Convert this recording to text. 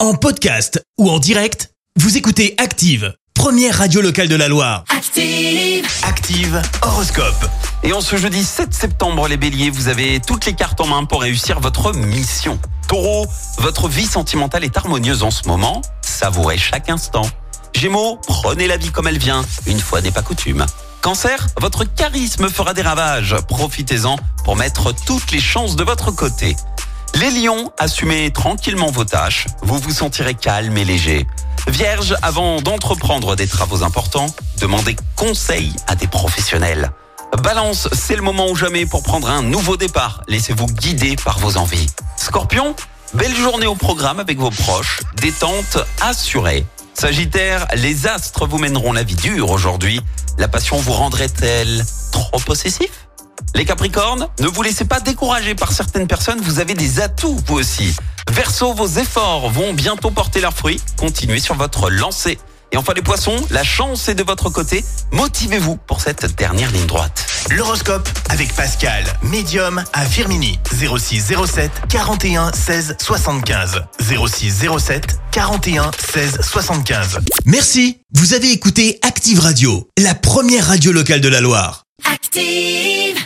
En podcast ou en direct, vous écoutez Active, première radio locale de la Loire. Active. Active Horoscope. Et en ce jeudi 7 septembre, les béliers, vous avez toutes les cartes en main pour réussir votre mission. Taureau, votre vie sentimentale est harmonieuse en ce moment. Savourez chaque instant. Gémeaux, prenez la vie comme elle vient. Une fois n'est pas coutume. Cancer, votre charisme fera des ravages. Profitez-en pour mettre toutes les chances de votre côté. Les lions, assumez tranquillement vos tâches. Vous vous sentirez calme et léger. Vierge, avant d'entreprendre des travaux importants, demandez conseil à des professionnels. Balance, c'est le moment ou jamais pour prendre un nouveau départ. Laissez-vous guider par vos envies. Scorpion, belle journée au programme avec vos proches. Détente assurée. Sagittaire, les astres vous mèneront la vie dure aujourd'hui. La passion vous rendrait-elle trop possessif les Capricornes, ne vous laissez pas décourager par certaines personnes, vous avez des atouts vous aussi. Verseau, vos efforts vont bientôt porter leurs fruits, continuez sur votre lancée. Et enfin les Poissons, la chance est de votre côté, motivez-vous pour cette dernière ligne droite. L'horoscope avec Pascal, médium à Firmini, 06 07 41 16 75. 06 07 41 16 75. Merci, vous avez écouté Active Radio, la première radio locale de la Loire. Active.